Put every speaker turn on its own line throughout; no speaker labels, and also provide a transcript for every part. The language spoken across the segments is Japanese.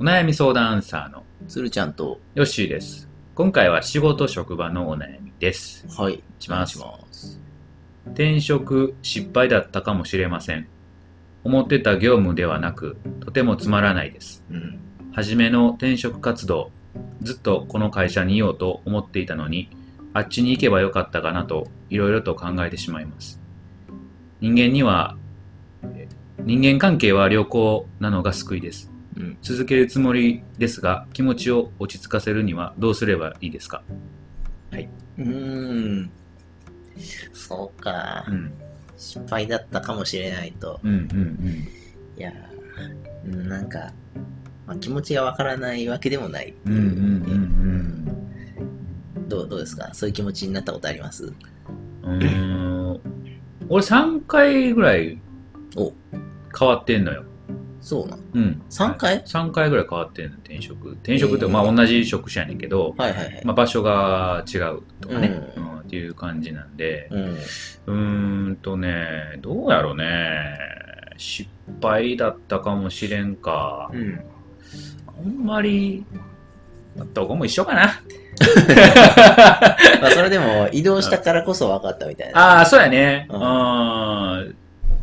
お悩み相談アンサーの
鶴ちゃんと、
ヨッシーです。今回は仕事職場のお悩みです。
はい、
します
お願いします。
転職失敗だったかもしれません。思ってた業務ではなく、とてもつまらないです。
うん。
初めの転職活動、ずっとこの会社にいようと思っていたのに、あっちに行けばよかったかなと、いろいろと考えてしまいます。人間には、え人間関係は良好なのが救いです。
うん。
続けるつもりですが、気持ちを落ち着かせるにはどうすればいいですか
うーん。そうか、
うん、
失敗だったかもしれないと。
うん、うん、
いやー、うんなんか、まあ、気持ちがわからないわけでもない。
うん、うん、うん、
どう、どうですかそういう気持ちになったことあります
うん、うん。うーん俺3回ぐらい
お、
変わってんのよ。
そうなん。
うん。
3回、
3回ぐらい変わってんの、転職。転職って、
えー
まあ同じ職種やねんけど、
はい、はいはい。
まあ場所が違うとかね、う
うん
ん、っていう感じなんで、
うん。
うーんとね、どうやろうね。失敗だったかもしれんか。
うん。
あんまり、どこも一緒かな。
まあ、それでも、移動したからこそ分かったみたいな。
ああ、そうやね。う
うん
ん。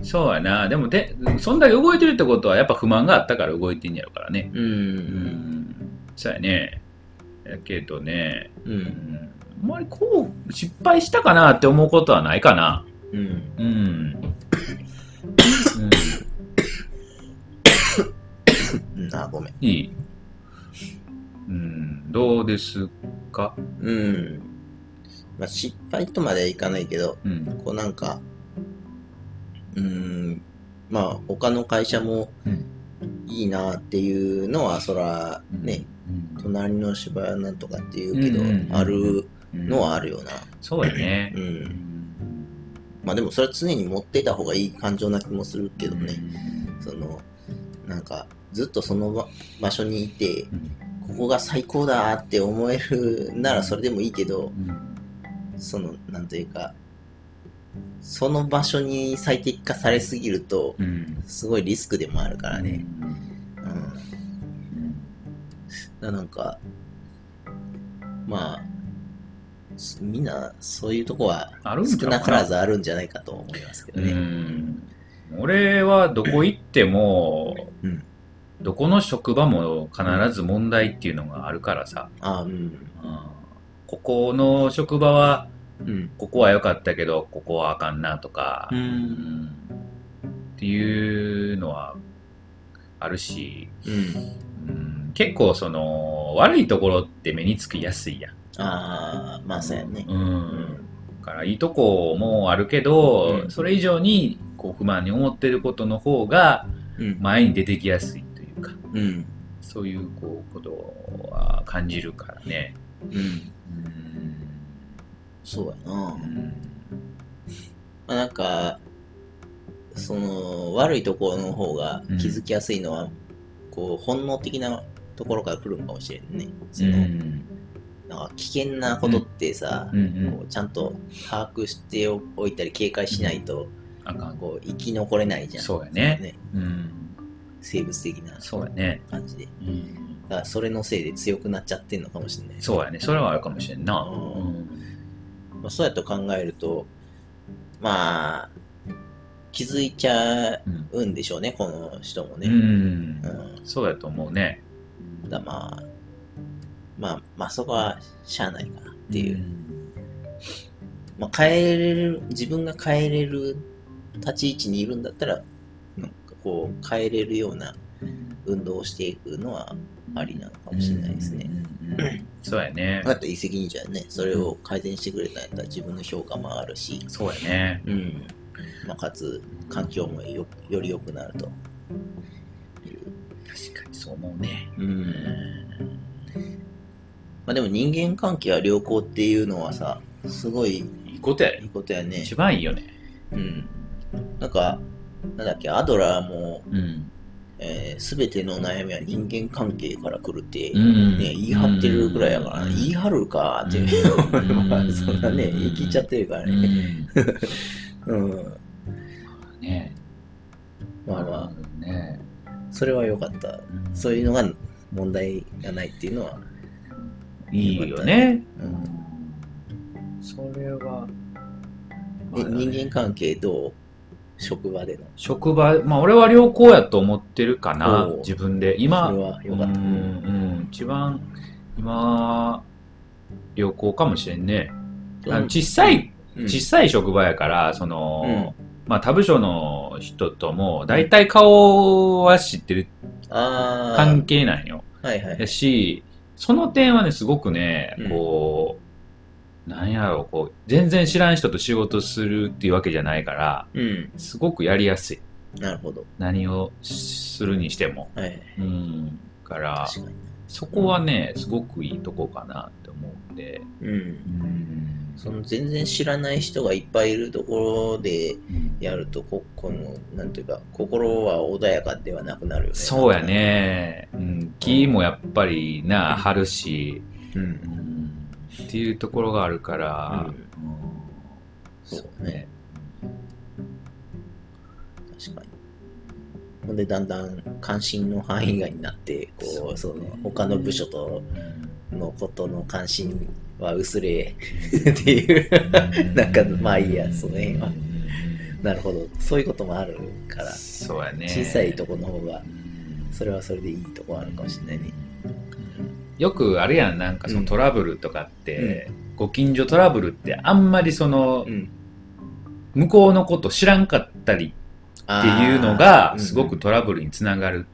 そうやな。でもで、そんだけ動いてるってことは、やっぱ不満があったから動いてんやろからね。
う。
うんん。そうやね。やけどね、
う。
うんん。あんまりこう、失敗したかなって思うことはないかな。
うん。
うん。うん
うん、あー、ごめん。
いい。うん。どうですか
うん。まあ、失敗とまではいかないけど、
うん。
こうなんか、うーん、まあ他の会社も
うん
いいなっていうのは、そらね、
うん。
隣の芝はなんとかっていうけど、
うんうんうん
ある
うん
のはあるよな。
そうやね
う。。
うんん
まあでもそれは常に持ってた方がいい感情な気もするけどね。その、なんか、ずっとその場場所にいて、ここが最高だって思えるならそれでもいいけど、その、なんというか、その場所に最適化されすぎると、
うん。
すごいリスクでもあるからね。うん。
う
だか
ん。
らなんか、まあ、すみんなそういうとこは
あるんちゃうか
少
な
なからずあるんじゃないかと思いますけど
う
ね。
ん。俺はどこ行っても、
うん
どこの職場も必ず問題っていうのがあるからさ、
あうん。
うんここの職場は
うん。
ここは良かったけどここはあかんなとか、
ん。
うんっていうのはあるし、
う
う
ん。
ん結構その悪いところって目につきやすいやん。
ああ、まあそうやね。
うん、だからいいとこもあるけど、
うん
それ以上にこう不満に思ってることの方が
うん。
前に出てきやすいというか
うん。
そういうこうことは感じるからね。
うん。
うん
そうやな。
うん
まあ、なんか、その、悪いところの方が気づきやすいのは、こう、本能的なところから来るんかもしれんね。その、
うん
なんか危険なことってさ、
うんうん
こうちゃんと把握しておいたり警戒しないと、
あかん
こう、生き残れないじゃん。
そうやね
その
うん
生物的な
そうやね、
感じで。だ
うん、
から、それのせいで強くなっちゃってんのかもしれない。
そうやねそれはあるかもしれんな、
う
うん
まあ、そうやと考えると、まあ、気づいちゃ
うん
うんでしょうね、この人も
う
ね。
ん
うん
そうやと思うね
だまあ、まあ、まあそこはしゃあないかなっていう。
ん
まあ変えれる、自分が変えれる立ち位置にいるんだったら、なんかこう変えれるような運動をしていくのはありなのかもしれないですね。
うんうんうんそうやね
だって一石二鳥やね。それを改善してくれたんやったら自分の評価も上がるし、
そうやね
うん。まあかつ、環境もよより良くなると。いう
確かにそう思うね
う。
うん
まあでも人間関係は良好っていうのはさ、すごい
んいいことやね
いいことやね。
一番いいよね
うん。なんか、なんだっけ、アドラーも、
うん
えー、全ての悩みは人間関係から来るって、
うんうん
ね、言い張ってるぐらいやから、
うん
言い張るかって、
うん
まあそんなね、
うん
言い切っちゃってるから
う
ね。
ん
うん。
ね
まあま
あね
あ、それは良かった。
うん
そういうのが問題がないっていうのは、
いいよね。
うん
それは、
え
まあ
人間関係どう職場での
職場、まあ俺は良好やと思ってるかな
おう、
自分で。今、
そうれはよかっ
ん
た、
うん、一番、今、良好かもしれんね。あの小さい、
うん
小さい職場やから、その、まあ他部署の人とも、大体顔は知ってる
ああ
関係なんよ。
はいはい
やし、その点はね、すごくね
うん、
こう、なんやろう、こう、全然知らん人と仕事するっていうわけじゃないから、
うん
すごくやりやすい。
なるほど
何をするにしても。
はい
うん。から、
確かに
そこはね、すごくいいとこかなって思うんで。
うん
うん
その全然知らない人がいっぱいいるところでやるとここのなんていうか心は穏やかではなくなるよね
そうや、ね。うん。木もやっぱりな、
うん
張るし、
う、
うんん。っていうところがあるから、
うん
うん
そうね。確かにほんでだんだん関心の範囲外になってこう
そ
そう
ね
の他の部署とのことの関心は薄れ
うん
っていうなんかまあいいやその
う
辺は
ん
なるほどそういうこともあるから
そうやね。
小さいとこの方が
うん
それはそれでいいとこあるかもしれないね
よくあるやんなんかそうの
ん
トラブルとかって、ご近所トラブルってあんまりその
うんっ
向こうのこと知らんかったりっていうのがすごくトラブルにつながる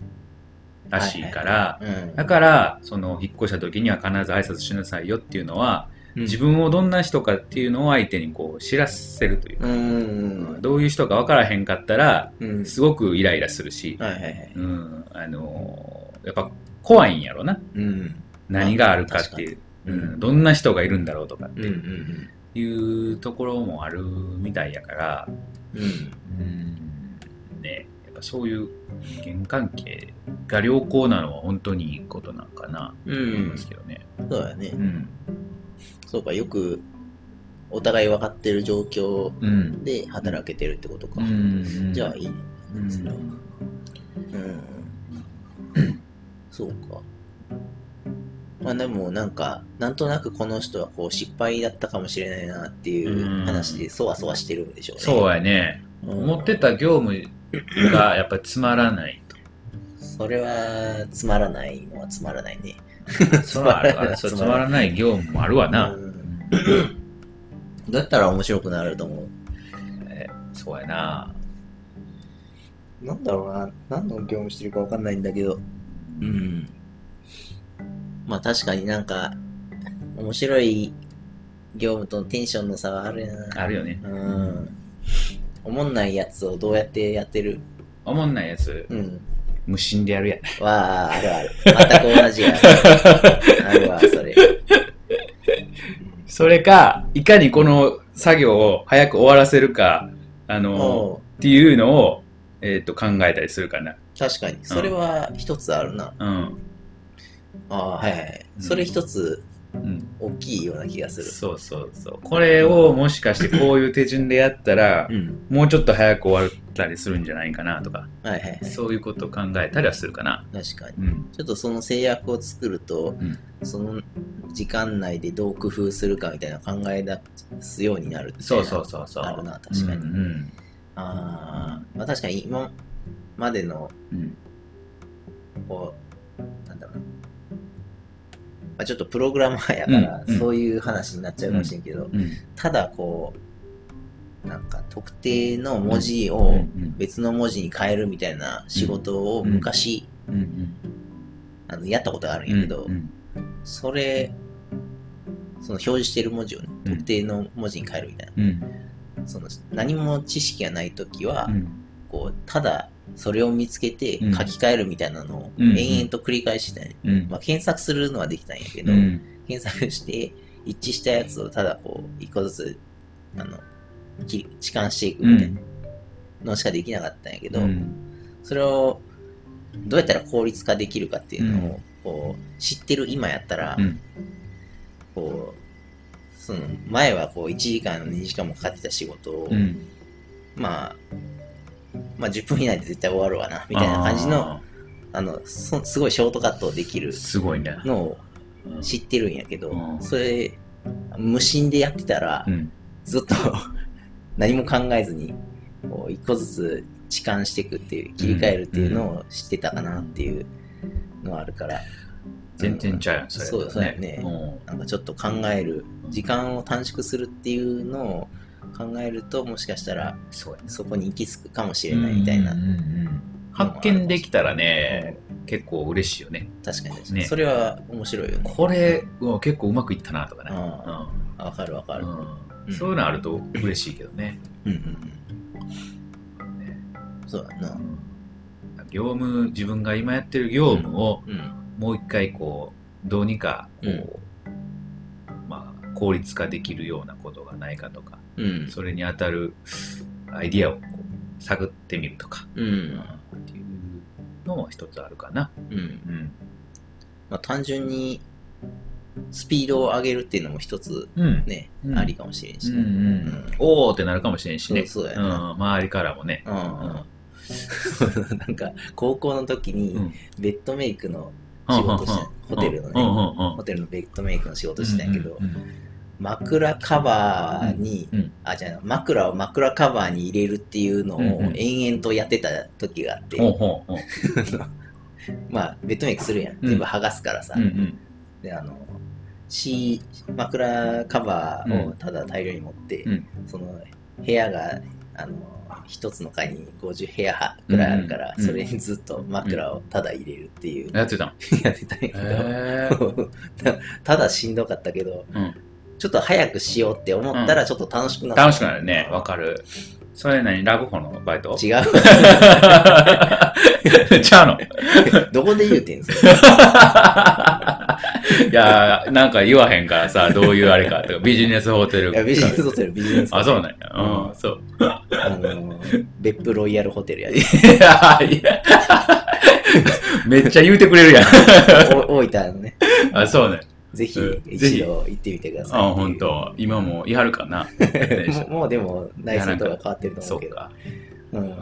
らしいからだからその引っ越した時には必ず挨拶しなさいよっていうのは自分をどんな人かっていうのを相手にこう知らせるというか、
うん
どういう人か分からへんかったら
うん
すごくイライラするし、
はいはいはい
うん、あのーやっぱ怖いんやろな
うん
何があるかっていう、
確かに
うん、どんな人がいるんだろうとかっ
うんうん
ていうところもあるみたいやから、
うん
うん、ねやっぱそういう人間関係が良好なのは本当にいいことなんかな
う
と思い
ん
ますけどね。
そうだね
うん
そうかよくお互い分かってる状況
うん
で働けてるってことか
うん
じゃあいいね
うん
それはうんそうか。まあでもなんか、なんとなくこの人はこう失敗だったかもしれないなっていう話でそわそわしてるんでしょうね。
そうやね、
うん。
思ってた業務がやっぱりつまらないと。
それはつまらないのはつまらないね。
それはあるわそうつまらない業務もあるわな。
うんだったら面白くなると思
えーそうやな。
う。なんだろうな。何の業務してるかわかんないんだけど。うん。まあ確かになんか、面白い業務とのテンションの差はあるやな。
あるよね。
うん。おもんないやつをどうやってやってる
おもんないやつ、
うん。
無心でやるやん。
わあ、あるある。全く同じ や。あるわ、それ。
それか、いかにこの作業を早く終わらせるか、あの、
おう
っていうのを、えっ、と、考えたりするかな。
確かに。それは一つあるな。
うん。
ああ、はいはいはい。それ一つ
うん、
大きいような気がする。
そうそうそう。これをもしかしてこういう手順でやったら、
うん。
もうちょっと早く終わったりするんじゃないかなとか、
はいはいはい。
そういうことを考えたりはするかな。
確かに。
うん。
ちょっとその制約を作ると、
うん
その時間内でどう工夫するかみたいな考え出すようになるっていな
そうそうそうそう。
あるな、確かに。
うんうん
ああ、まあ確かに今までの
うん
こう、なんだろうな。まあ、ちょっとプログラマーやから、
うんうん
そういう話になっちゃうかもしれんけど、
うん
ただこう、なんか特定の文字
う
を
ん
別の文字に変えるみたいな仕事を昔、
うんうん
あのやったことがあるん
う
や
ん
けど、
うん
それ、その表示してる文字をね、
うん
特定の文字に変えるみたい
うん
な。その何も知識がないときは、
うん
こう、ただそれを見つけて
うん
書き換えるみたいなのを
うん
延々と繰り返してたね。
うん
まあ、検索するのはできたんやけ
う
ど、
ん
検索して一致したやつをただこう一個ずつあのき置換していくみたいなのしかできなかったんやけど、
うん
それをどうやったら効率化できるかっていうのをこう知ってる今やったら、
うん
こうその前はこう1時間2時間もかかってた仕事を、
うん
まあまあ10分以内で絶対終わるわなみたいな感じの
あ
あのそすごいショートカットできる
すごいね。
のを
うん
知ってるんやけど、
うん
それ無心でやってたら、
うん。
ずっと 何も考えずにこう一個ずつ置換していくっていう切り替えるっていうのを知ってたかなっていうのはあるから、
全然ちゃうやん、それ。
そうそうやね
うん
なんかちょっと考える時間を短縮するっていうのを考えるともしかしたら
そうやね
そこに行き着くかもしれないみたいな、
うんうんうん発見できたらね、結構嬉しいよね。
確かに確かに、
ね
それは面白いよね
これ、うわ結構うまくいったなとかね。
ああわかるわか
う
る、うん
ん
う
うんんそういうのあると嬉しいけどね。
うんうん、そうだな
業務、自分が今やってる業務を
うん
もう一回こう、どうにかこう、まあ、効率化できるようなことがないかとか、
うん
それに当たるアイディアをこう探ってみるとか、
うん
っていうのも一つあるかな。
うん
うん。
まあ、単純にスピードを上げるっていうのも一つ
うん。
ね、
うん
ありかもしれん
う
し
ん
ね、
うんおーってなるかもしれんしね。
そうそうや
ん、
な
周りからもね。
うん なんか高校の時
う
に
ん
ベッドメイクの仕事した、ホテルのね、
ね
ホテルのベッドメイクの仕事したんやけど、
うんうん
枕カバーに、
うんうん
あじゃあ枕を枕カバーに入れるっていうのを
うんうん
延々とやってた時があって、
ほうほうほう
まあベッドメイクするやん
うん
全部剥がすからさ、
うんうん
であのシー枕カバーをただ大量に持って、
うん
その部屋があの一つの階に50部屋ぐらいあるから、
うんうん
それにずっと枕をただ入れるっていう、
やってたん。
やってたんやけど、
へ
た ただしんどかったけど、
うん
ちょっと早くしようって思ったらちょっと楽しくなった、
楽しくなるね。わかる。それ何ラブホのバイト
違
ちゃうの
うどこで言うてんす か
いやー、なんか言わへんからさ、どういうあれか。とかビジネスホテル。
ビジネスホテルビジネスホ
あ、
テル
そうなんや。うん、そう。
あの別府ロイヤルホテルやで
いやいやめっちゃ言うてくれるやん。
お大分のね
あ、そうね。
ぜひ
うんぜひ
一度行ってみてください
あ、
っていう
本当。今もいはるか な。
もうもうでも内装とか変わってると思
そう
け
う
ど
か。
うん
うん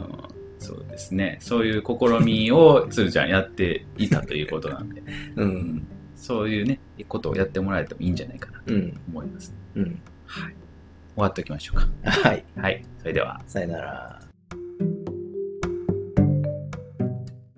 そうですね。そういう試みを、つーちゃんやっていたということなんで、
うん
そういうね、ことをやってもらえてもいいんじゃないかなと
うん
思います。
うん
はい。終わっておきましょうか。
はい
はい。それでは。
さよなら